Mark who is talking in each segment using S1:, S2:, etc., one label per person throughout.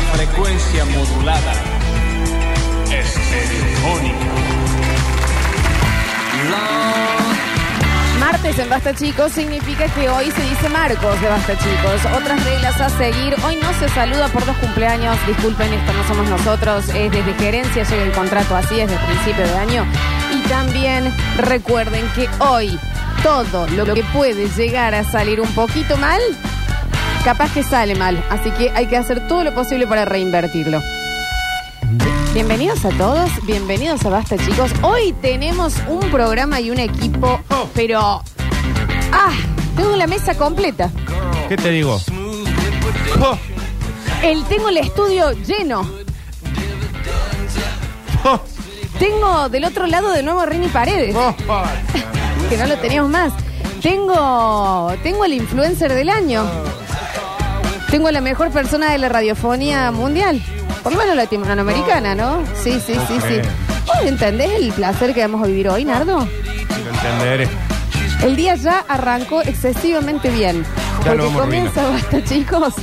S1: frecuencia modulada. Estereofónica.
S2: Martes en Basta Chicos significa que hoy se dice Marcos de Basta Chicos. Otras reglas a seguir. Hoy no se saluda por los cumpleaños. Disculpen, esto no somos nosotros. Es desde gerencia, llega el contrato así desde el principio de año. Y también recuerden que hoy todo lo que puede llegar a salir un poquito mal, capaz que sale mal. Así que hay que hacer todo lo posible para reinvertirlo. Bienvenidos a todos, bienvenidos a Basta chicos. Hoy tenemos un programa y un equipo, pero... ¡Ah! Tengo la mesa completa.
S3: ¿Qué te digo? Po,
S2: El, tengo el estudio lleno.
S3: po,
S2: Tengo del otro lado de nuevo a Rini Paredes,
S3: po.
S2: que no lo teníamos más. Tengo, tengo el influencer del año. Tengo la mejor persona de la radiofonía mundial. Por lo menos latinoamericana, ¿no? Sí, sí, sí, sí. ¿Vos entendés el placer que vamos a vivir hoy, Nardo?
S3: Quiero entender.
S2: El día ya arrancó excesivamente bien.
S3: Ya
S2: porque
S3: lo vamos
S2: comienza basta, chicos.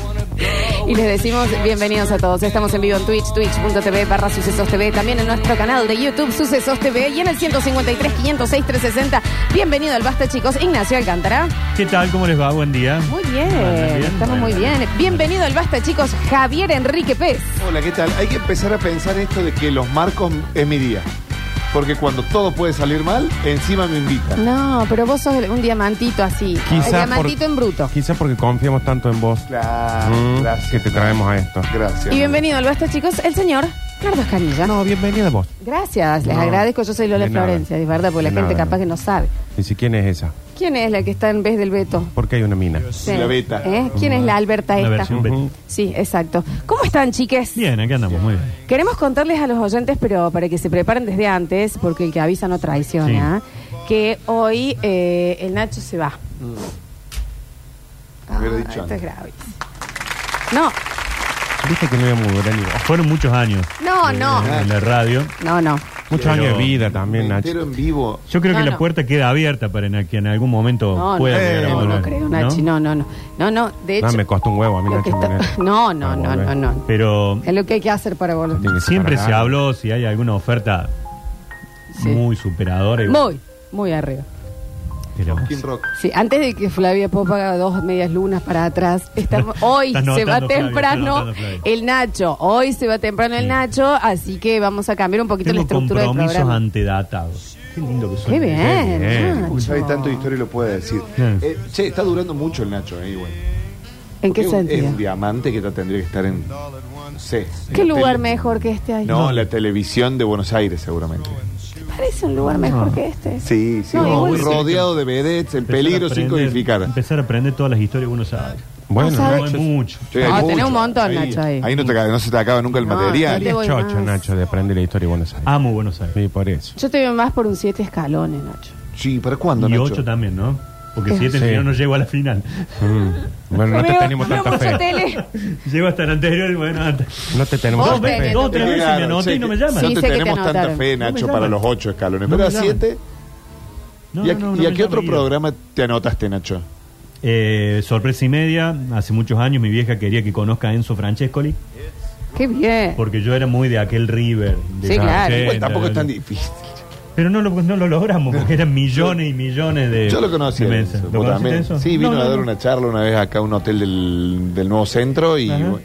S2: Y les decimos bienvenidos a todos. Estamos en vivo en Twitch, twitch.tv barra Sucesos TV, también en nuestro canal de YouTube Sucesos TV y en el 153 506 360. Bienvenido al Basta, chicos. Ignacio Alcántara.
S4: ¿Qué tal? ¿Cómo les va? Buen día.
S2: Muy bien,
S4: Andan bien,
S2: estamos
S4: bueno.
S2: muy bien. Bienvenido al Basta, chicos. Javier Enrique Pérez.
S5: Hola, ¿qué tal? Hay que empezar a pensar esto de que los marcos es mi día. Porque cuando todo puede salir mal, encima me invitan.
S2: No, pero vos sos un diamantito así.
S3: Quizá
S2: el diamantito
S3: por-
S2: en bruto.
S3: Quizás porque confiamos tanto en vos
S5: Claro,
S3: mm,
S5: gracias.
S3: que te traemos a esto.
S5: Gracias.
S2: Y bienvenido al Basta, chicos, el señor Nardo Escanilla.
S3: No, bienvenida vos.
S2: Gracias, les
S3: No,
S2: agradezco. Yo soy Lola
S3: de nada.
S2: Florencia, es verdad, porque la
S3: De
S2: gente
S3: nada.
S2: capaz que no sabe.
S3: ¿Y si quién es esa?
S2: ¿Quién es la que está en vez del Beto?
S3: Porque hay una mina.
S2: Sí.
S5: La Beta.
S2: ¿Eh? ¿Quién es la Alberta
S4: La
S2: esta?
S4: versión beta.
S2: Sí, exacto. ¿Cómo están, chiques?
S4: Bien, aquí andamos, muy bien.
S2: Queremos contarles a los oyentes, pero para que se preparen desde antes, porque el que avisa no traiciona, que hoy eh, el Nacho se va. Ah,
S5: Hubiera dicho
S2: esto
S5: antes.
S2: es grave. No,
S3: Viste que no iba a mudar ni vos.
S4: Fueron muchos años
S2: no, no,
S4: en la radio.
S2: no, no.
S3: Muchos
S4: Pero-
S3: años de vida también,
S5: Me
S3: Nacho.
S5: entero en vivo.
S4: Yo creo
S2: No,
S4: que
S2: no.
S4: la puerta queda abierta para en- que en algún momento
S2: No,
S4: pueda
S2: no,
S4: llegar a
S2: no, no,
S4: volver,
S2: creo, Nachi, no, no, no. No, no, de hecho...
S3: No, Ah, me costó un huevo a mí, Ah,
S2: lo
S3: Nacho.
S2: que está-
S3: mira.
S2: No, no, no, no, no.
S4: Pero
S2: Es lo que hay que hacer para volver.
S3: Tiene que
S4: siempre
S3: separar.
S4: se habló si hay alguna oferta
S2: Sí.
S4: muy superadora. y-
S2: Muy, muy arriba.
S4: Pero-
S5: King Rock.
S2: Sí, antes de que Flavia Popa haga dos medias lunas para atrás, estamos, hoy
S4: Está
S2: se va
S4: notando, Flavia,
S2: temprano
S4: está notando, Flavia.
S2: el Nacho, hoy se va temprano el
S4: Sí.
S2: Nacho, así que vamos a cambiar un poquito la
S4: tengo
S2: estructura del
S4: compromisos
S2: programa.
S4: antedatados. Qué lindo que suena.
S2: Qué bien, ah.
S3: bien.
S2: Nacho.
S5: Uy, sabe tanto de historia y lo puede decir.
S4: Bien.
S5: Eh, che, está durando mucho el Nacho, eh, igual.
S2: ¿En qué
S5: Es un- Es
S2: sentido?
S5: un diamante que ya tendría que estar en. No sé. en
S2: ¿Qué
S5: la
S2: lugar
S5: tele.
S2: mejor que este ahí?
S5: No, en la televisión de Buenos Aires, seguramente.
S2: Parece un lugar mejor que este.
S5: Sí, sí.
S2: No,
S5: como
S2: igual-
S5: rodeado de vedettes, en
S4: Empezar a
S5: peligro sin
S4: aprender-
S5: codificar.
S4: Empezar a aprender todas las historias que uno sabe.
S3: Bueno,
S2: No sabe-
S4: No hay
S3: Nacho.
S4: mucho.
S5: Sí,
S2: No,
S5: hay
S2: Ah, tenés
S5: mucho.
S2: un montón, Nacho, ahí. Ah,
S5: Ahí no, te acaba- no se te acaba nunca el
S2: No,
S5: material.
S2: te voy
S3: Chocho,
S2: más. Ah.
S3: Nacho, de aprender la historia de Buenos Aires.
S4: Amo Buenos Aires.
S3: Sí, por eso.
S2: Yo te veo más por un siete escalones, Nacho.
S5: Sí, ¿para cuándo,
S4: Y
S5: Nacho?
S4: 8 también, ¿no? Porque
S2: Sí.
S4: 7
S3: Sí.
S4: no llego a la final.
S3: Mm. Bueno, no te
S2: Veo-
S3: tenemos
S2: veo
S3: tanta
S2: mucha
S3: fe.
S2: tele.
S4: Llego hasta el anterior y bueno, antes.
S3: No te tenemos
S2: Vos
S4: Dos,
S3: tanta
S2: tenés.
S3: fe.
S4: veces, dos, tres veces me
S5: Claro,
S4: anoté
S5: sé
S4: y no
S5: que-
S4: me llaman.
S2: Sí,
S5: No te
S2: sé que te
S5: tenemos tanta
S2: anotaron.
S5: fe,
S4: No me
S5: Nacho,
S4: llaman.
S5: para los ocho escalones.
S4: No
S5: Pero
S4: me
S5: a
S4: llaman.
S5: siete.
S4: No,
S5: ¿Y a,
S4: no, no
S5: y
S4: me
S5: a qué
S4: llama
S5: otro
S4: Guido.
S5: programa te anotaste, Nacho?
S4: Eh, sorpresa y media. Hace muchos años mi vieja quería que conozca a Enzo Francescoli
S2: Qué bien.
S4: porque yo era muy de aquel River. de
S2: Sí, claro.
S4: Sargento,
S5: Bueno, tampoco es tan
S4: de-
S5: difícil.
S4: Pero no lo, no lo logramos porque eran millones y millones de.
S5: Yo lo conocí.
S4: de
S5: a
S4: mensajes.
S5: Enzo,
S4: ¿Lo
S5: vos
S4: conociste,
S5: también.
S4: Enzo?
S5: Sí, vino
S4: No, no,
S5: a dar
S4: no.
S5: una charla una vez acá a un hotel del, del nuevo centro y
S4: Ajá.
S5: bueno,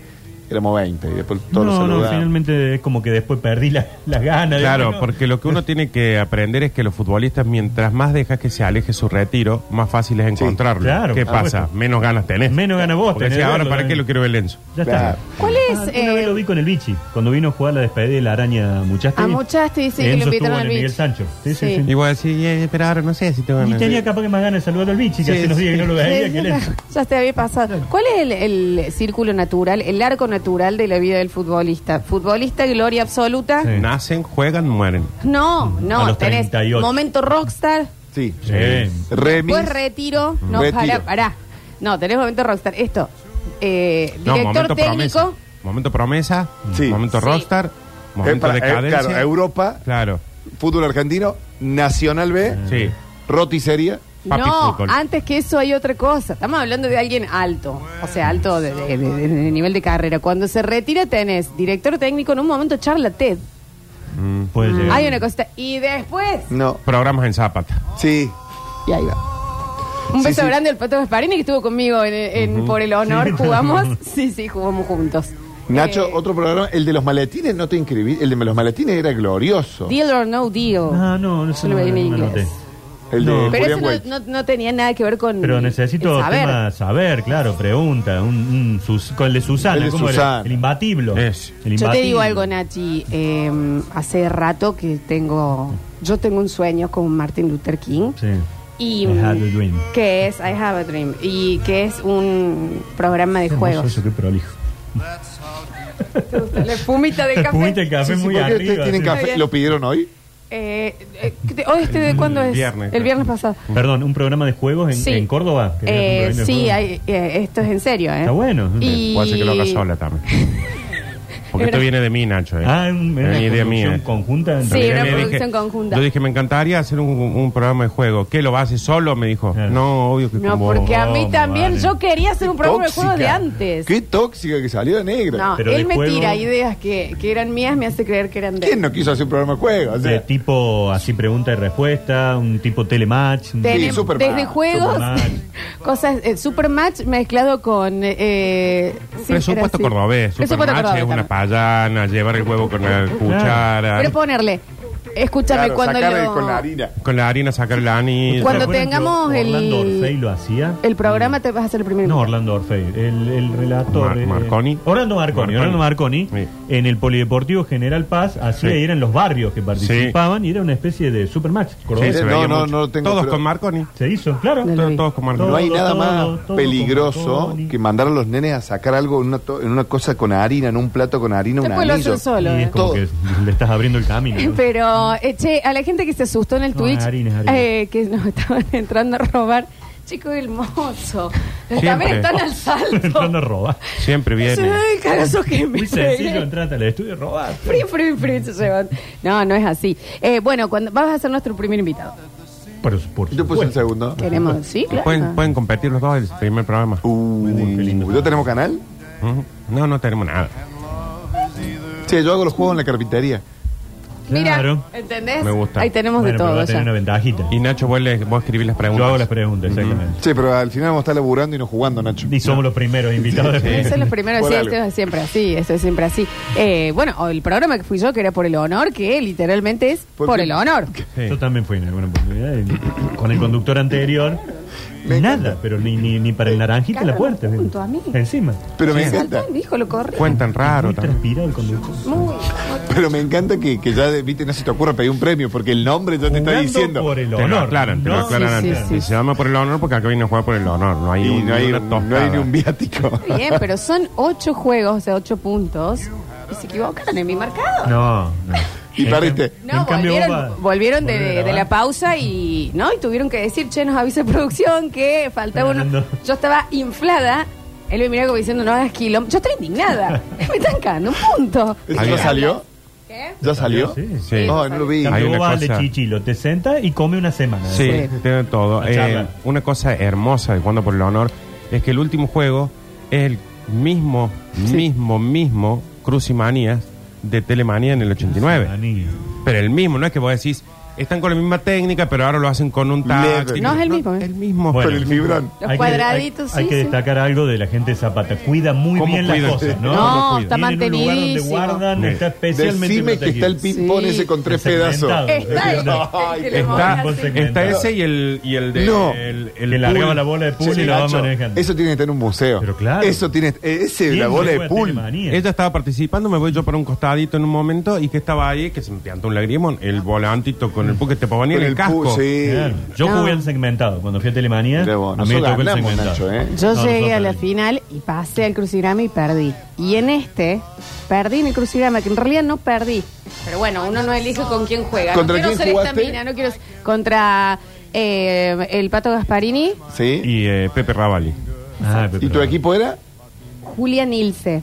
S5: éramos 20 y después todos los
S4: no, no,
S5: saludaban.
S4: finalmente es como que después perdí la- las ganas.
S3: Claro,
S4: Digo, no.
S3: porque lo que uno tiene que aprender es que los futbolistas, mientras más dejas que se aleje su retiro, más fácil es encontrarlo.
S4: Claro,
S3: ¿Qué
S4: por
S3: pasa?
S4: supuesto.
S3: Menos ganas tenés.
S4: Menos ganas vos
S3: Porque
S4: tenés de
S3: decís, ahora
S4: verlo,
S3: para qué
S4: eh.
S3: lo quiero ver Lenzo.
S4: Ya
S5: Claro.
S4: está.
S2: ¿Cuál es,
S4: Ah, una
S2: eh,
S4: vez lo vi con el bichi, cuando vino a jugar la despedida de la araña Muchaste.
S2: A Muchasti, sí, que lo
S4: Enzo
S2: invitaron
S4: estuvo
S2: al
S4: en el Miguel
S2: bichi.
S4: Sancho. Sí, sí,
S2: Sí.
S4: sí.
S3: Y vos decís, "Eh, pero ahora no sé si tengo
S4: Y
S3: ganas.
S4: tenía capaz que más ganas de saludar al bichi, que
S3: Sí,
S4: hace unos días que no lo veía. que le-
S2: Ya te había pasado. ¿Cuál es el, el círculo natural, el arco natural de la vida del futbolista? Futbolista, gloria absoluta.
S4: Sí.
S3: Nacen, juegan, mueren.
S2: No,
S4: A
S3: Mm,
S2: no,
S4: los
S2: tenés
S4: 38.
S2: momento rockstar,
S5: Sí.
S4: Sí.
S5: Remis. eh,
S2: después retiro, no,
S5: Retiro.
S2: pará, pará. No, tenés momento rockstar. Esto, eh,
S3: No,
S2: director
S3: momento
S2: técnico,
S3: promesa. Momento promesa,
S5: Sí.
S3: momento
S2: Sí.
S3: rockstar,
S5: Eh,
S3: momento
S5: para- eh,
S3: decadencia.
S5: claro, Europa,
S3: Claro.
S4: Mm.
S5: fútbol argentino, Nacional B,
S3: Sí.
S5: Roticería.
S3: Papi
S2: no,
S3: fútbol.
S2: antes que eso hay otra cosa. Estamos hablando de alguien alto, o sea, alto de, de- de- de nivel de carrera. Cuando se retira tenés director técnico, en un momento charla TED.
S4: Puede llegar.
S2: Mm. Hay una cosita. Y después,
S5: No.
S3: Programas en Zapata.
S5: Sí.
S2: y ahí va. Un
S5: Sí,
S2: beso
S5: sí.
S2: grande al Pato Gasparini que estuvo conmigo en, en Por el Honor. ¿Jugamos? Sí, sí, jugamos juntos.
S5: Nacho,
S2: Eh,
S5: otro programa. El de los maletines, no te inscribí. El de los maletines era glorioso.
S2: Deal or no deal.
S4: Ah, no, eso
S2: Yo lo
S4: no,
S2: veía en
S4: no me
S3: Eh,
S2: inglés.
S4: anoté.
S5: El de
S4: No.
S5: Julián
S2: Pero eso no-
S5: Weitz.
S2: no, no tenía nada que ver con.
S4: Pero necesito
S2: el Mm. saber.
S4: tema saber, claro, pregunta. Un, un sus- con el de Susana,
S5: El de
S4: ¿cómo era?
S5: Susana.
S4: El imbatible.
S3: Es.
S4: El
S2: Yo te
S4: imbatible.
S2: digo algo, Nachi. eh, hace rato que tengo. Yo tengo un sueño con Martin Luther King.
S4: Sí.
S2: Y,
S4: I had a dream.
S2: Que es I Have a Dream. Y que es un programa de
S4: Qué hermoso
S2: juegos.
S4: Eso, qué prolijo.
S2: La fumita del
S4: Te
S2: café.
S4: fumiste el café
S5: Sí, sí,
S4: muy
S5: ¿por qué ustedes
S4: arriba.
S5: tienen
S4: sí.
S5: café?
S2: Está bien.
S5: ¿Lo pidieron hoy?
S2: Eh, eh, ¿de- ¿Hoy este de cuándo
S3: El
S2: es?
S3: viernes.
S2: El viernes pasado.
S4: Perdón, un programa de juegos en,
S2: Sí.
S4: en Córdoba. ¿Querías un
S2: Eh,
S4: programa de
S2: sí,
S4: juegos?
S2: hay- eh, esto es en serio, ¿eh?
S4: Está bueno.
S2: Y-
S3: Puede ser que lo haga sola también. Porque esto
S2: Era-
S3: viene de mí, Nacho. eh.
S4: Ah, un- una
S3: Ni idea
S4: producción
S3: mía.
S4: conjunta. en
S2: Sí,
S4: realidad.
S2: una
S3: Me
S2: producción conjunta.
S3: Yo dije, me encantaría hacer un, un programa de juego. ¿Qué, lo vas a hacer solo? Me dijo.
S4: Claro.
S3: No, obvio que
S2: No,
S3: con vos.
S2: porque a mí
S4: Vamos,
S2: también
S4: vale.
S2: yo quería hacer un programa de juegos de
S5: Tóxica.
S2: antes.
S5: Qué tóxica que salió de negra.
S2: No,
S4: Pero de
S2: él me
S4: juego-
S2: tira ideas que, que eran mías, me hace creer que eran de
S5: ¿Quién
S2: él.
S5: no quiso hacer un programa de juegos? O sea,
S4: De tipo así pregunta y respuesta, un tipo telematch. un
S5: Tele-
S2: Tenemos
S4: tipo-
S5: Supermatch.
S2: desde juegos,
S4: Supermatch.
S2: cosas, eh, Supermatch mezclado con... Eh, sí,
S3: Presupuesto
S2: era así.
S3: cordobés.
S2: Presupuesto
S3: Supermatch es
S2: cordobés
S3: una
S2: también.
S3: payana, llevar el huevo con la cuchara.
S2: Pero ponerle, escúchame
S5: claro,
S2: cuando
S5: sacar
S2: lo-
S5: con la harina.
S3: Con la harina sacar el anillo.
S2: Cuando
S4: ¿Se acuerdan que
S2: tengamos el-
S4: Orlando Orfei lo hacía.
S2: el programa te vas a hacer el primer
S4: No, Orlando Orfei, el, el relator.
S3: Mar-
S4: eh,
S3: Marconi.
S4: Orlando Marconi.
S3: Marconi.
S4: Orlando Marconi,
S3: Sí.
S4: en el Polideportivo General Paz, hacía
S3: Sí.
S4: y eran los barrios que participaban y era una especie de supermatch.
S3: Sí,
S4: cordobés.
S3: se
S5: Eh, No,
S3: veía
S5: no,
S3: mucho.
S5: no lo tengo,
S3: Todos
S5: pero-
S3: con Marconi.
S4: Se hizo, claro.
S2: No lo vi.
S3: Todos, todos con Marconi.
S5: No hay
S4: Todo,
S5: nada
S4: todo,
S5: más
S4: todo
S5: peligroso
S4: como Tony.
S5: que mandar a los nenes a sacar algo en una, to- en una cosa con harina, en un plato con harina, un
S2: Después lo
S5: anillo.
S2: hacen solo.
S4: Y
S2: eh.
S4: es como
S5: Todo.
S4: que le estás abriendo el camino. ¿no?
S2: Pero, eh, che, a la gente que se asustó en el
S4: No,
S2: Twitch,
S4: harina, harina.
S2: eh, que nos estaban entrando a robar, chico hermoso, los
S3: Siempre.
S2: también están al salto.
S4: Entrando a robar.
S3: Siempre
S2: Eso
S3: viene.
S2: es el cagazo que me
S4: Muy sencillo,
S2: pegué.
S4: entrate al estudio y robar.
S2: Fri, fri, fri, se llevan. No, no es así. Eh, bueno, cuando vas a ser nuestro primer invitado.
S4: Por, su- por
S5: Yo puse el
S4: supuesto.
S5: segundo.
S2: Queremos, sí, claro.
S3: Pueden, pueden competir los dos el primer programa.
S5: Uh, ¿Yo tenemos canal?
S3: Ujú. No, no tenemos nada.
S5: Sí, yo hago los juegos en la carpintería.
S2: Mira,
S4: Claro.
S2: ¿entendés?
S3: Me gusta.
S2: Ahí tenemos
S4: Bueno,
S2: de
S4: pero
S2: todo
S4: va a tener una
S2: ya.
S4: ventajita.
S3: Y Nacho, vos, le- vos escribís las preguntas.
S4: Yo hago las preguntas, exactamente.
S5: Sí, pero al final vamos a estar laburando y no jugando, Nacho.
S4: Y somos los primeros invitados de
S2: Eso es lo primero,
S5: Por
S2: sí,
S5: algo.
S2: esto es siempre así, esto es siempre así. Eh, bueno, o el programa que fui yo, que era por el honor, que literalmente es
S5: ¿Por
S2: por,
S5: qué?
S2: el honor.
S3: Sí.
S4: Yo también fui en alguna oportunidad y- con el conductor anterior. Nada, pero ni, ni, ni para el naranjita en la puerta.
S2: junto a mí.
S4: Encima.
S5: Pero me encanta.
S2: Saltó el hijo, lo corre.
S3: Cuentan raro
S4: Muy
S3: también.
S4: transpirado el conductor.
S2: Muy.
S5: Pero me encanta que, que ya, de- viste, no se te ocurra pedir un premio porque el nombre ya te está
S4: Jugando
S5: diciendo.
S4: Por el
S3: Te lo
S4: honor.
S3: aclaran, te lo
S4: No,
S3: aclaran
S2: sí,
S3: antes.
S2: sí,
S3: Y
S2: sí.
S3: se llama por el honor porque acá viene a jugar por el honor. No hay,
S5: Y
S3: un-
S5: no hay,
S3: una
S5: un- no hay
S3: tostada.
S5: ni un viático.
S2: Bien, pero son ocho juegos, o sea, ocho puntos. Y se equivocaron en mi marcado.
S4: No, no.
S5: Y
S4: En
S5: perdiste.
S4: cam-
S2: No,
S4: en cambio vos
S2: volvieron,
S4: vas-
S2: volvieron de,
S4: volver a
S2: de la
S4: grabar.
S2: pausa y no y tuvieron que decir, che, nos avisa producción que faltaba
S4: Está
S2: uno.
S4: ganando.
S2: Yo estaba inflada, él me miraba como diciendo, no hagas quilombo. Yo estoy indignada, me están cagando un punto.
S5: ¿Eso
S3: Había-
S5: ya salió?
S2: ¿Qué?
S5: ¿Ya salió?
S4: Sí, sí.
S3: Sí.
S5: Ay, no lo vi.
S4: En
S3: Hay
S4: cambio
S3: una
S4: vos vas de
S3: cosa-
S4: chichilo, te senta y come una semana.
S3: Sí,
S2: Sí.
S3: tiene todo.
S4: La
S3: Eh,
S4: charla.
S3: una cosa hermosa de Cuando por el Honor es que el último juego es el mismo, mismo, mismo Crucimanías de Telemanía en el 89.
S4: Maní.
S3: Pero el mismo, no es que vos decís, están con la misma técnica, pero ahora lo hacen con un
S5: Leve.
S3: táctil.
S2: No, es el mismo, ¿eh?
S3: El mismo.
S4: Bueno.
S5: Pero el fibrón.
S2: Los
S4: Hay que-
S2: cuadraditos,
S4: hay- Hay
S2: sí,
S4: que
S2: sí.
S4: destacar algo de la gente de Zapata. Cuida muy
S3: ¿Cómo
S4: bien
S3: cuida?
S4: las cosas,
S2: No,
S4: ¿no? Cómo
S2: está
S4: cuida. Tienen un lugar donde
S2: mantenidísimo.
S4: guardan,
S3: Sí.
S4: está especialmente
S5: Decime que está el
S4: protegido.
S5: pipón
S2: Sí.
S5: ese con tres pedazos.
S4: Segmentado.
S2: Está el-
S5: Ay,
S2: el que le
S3: Está,
S2: mojas, sí.
S3: está ese y el, y el de.
S5: No.
S3: El,
S4: El que largaba la bola de pool
S5: Sí,
S4: y la va
S5: Nacho,
S4: manejando.
S5: Eso tiene que estar en un museo.
S4: Pero claro.
S5: Eso tiene. eh, Ese, la
S4: Siempre
S5: bola de
S4: juega
S5: pool.
S4: Telemanía.
S3: Ella estaba participando, me voy yo para un costadito en un momento y que estaba ahí, que se me piantó un lagrimón,
S4: Ah.
S3: el volantito con el puque te ponía en
S5: Con
S3: el casco.
S5: pool, sí.
S4: Claro. Yo
S2: Ah.
S4: jugué al segmentado. Cuando fui a Telemanía,
S5: Mirá vos,
S4: a mí me
S5: nosotros
S4: tocó el
S5: ganamos,
S4: segmentado.
S5: Nacho, ¿eh?
S2: Yo
S4: No,
S2: llegué a la
S4: nosotros-
S2: final y pasé al crucigrama y perdí. Y en este, perdí en el crucigrama, que en realidad no perdí. Pero bueno, uno no elige con quién juega.
S5: ¿Contra
S2: no quiero
S5: quién
S2: ser
S5: jugaste?
S2: esta mina, no quiero. Contra eh, el Pato Gasparini,
S5: Sí.
S3: Y eh, Pepe Ravalli.
S4: Ah, pero-
S5: ¿Y tu equipo era?
S2: Julia Nilce.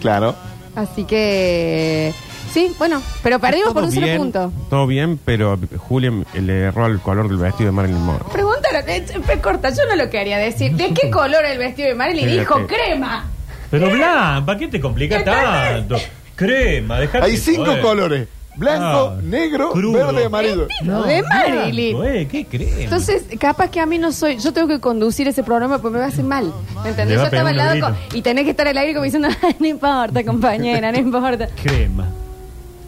S5: Claro.
S2: Así que. Sí, Sí, bueno, pero perdimos por
S3: Todo
S2: un solo
S3: bien,
S2: punto.
S3: Todo bien, pero Julia le erró el color del vestido de Marilyn Monroe.
S2: Pregúntalo, eh, eh, corta, yo no lo quería decir. ¿De qué color era el vestido de Marilyn?
S3: Mira
S2: Dijo
S3: que-
S2: crema.
S4: Pero Blan, ¿para qué te complica tanto? Crema, dejate.
S5: Hay cinco
S4: joder.
S5: colores. Blanco,
S4: Ah,
S5: negro,
S4: crudo.
S5: verde, amarillo.
S4: No,
S2: de
S4: blanco,
S2: Marilyn.
S4: eh, ¿Qué crema?
S2: Entonces, capaz que a mí no soy. Yo tengo que conducir ese programa porque me va a hacer mal. ¿Me
S4: Le
S2: entendés?
S4: va
S2: Yo
S4: a pegar
S2: estaba al
S4: un
S2: lado
S4: grito.
S2: con- y tenés que estar al aire como diciendo, no importa, compañera, no importa.
S4: crema.